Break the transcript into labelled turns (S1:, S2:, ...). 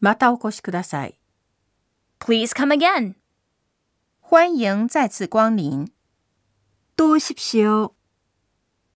S1: またお越しください。
S2: Please come again.
S3: 欢迎再次光临。
S4: 또 오십시오.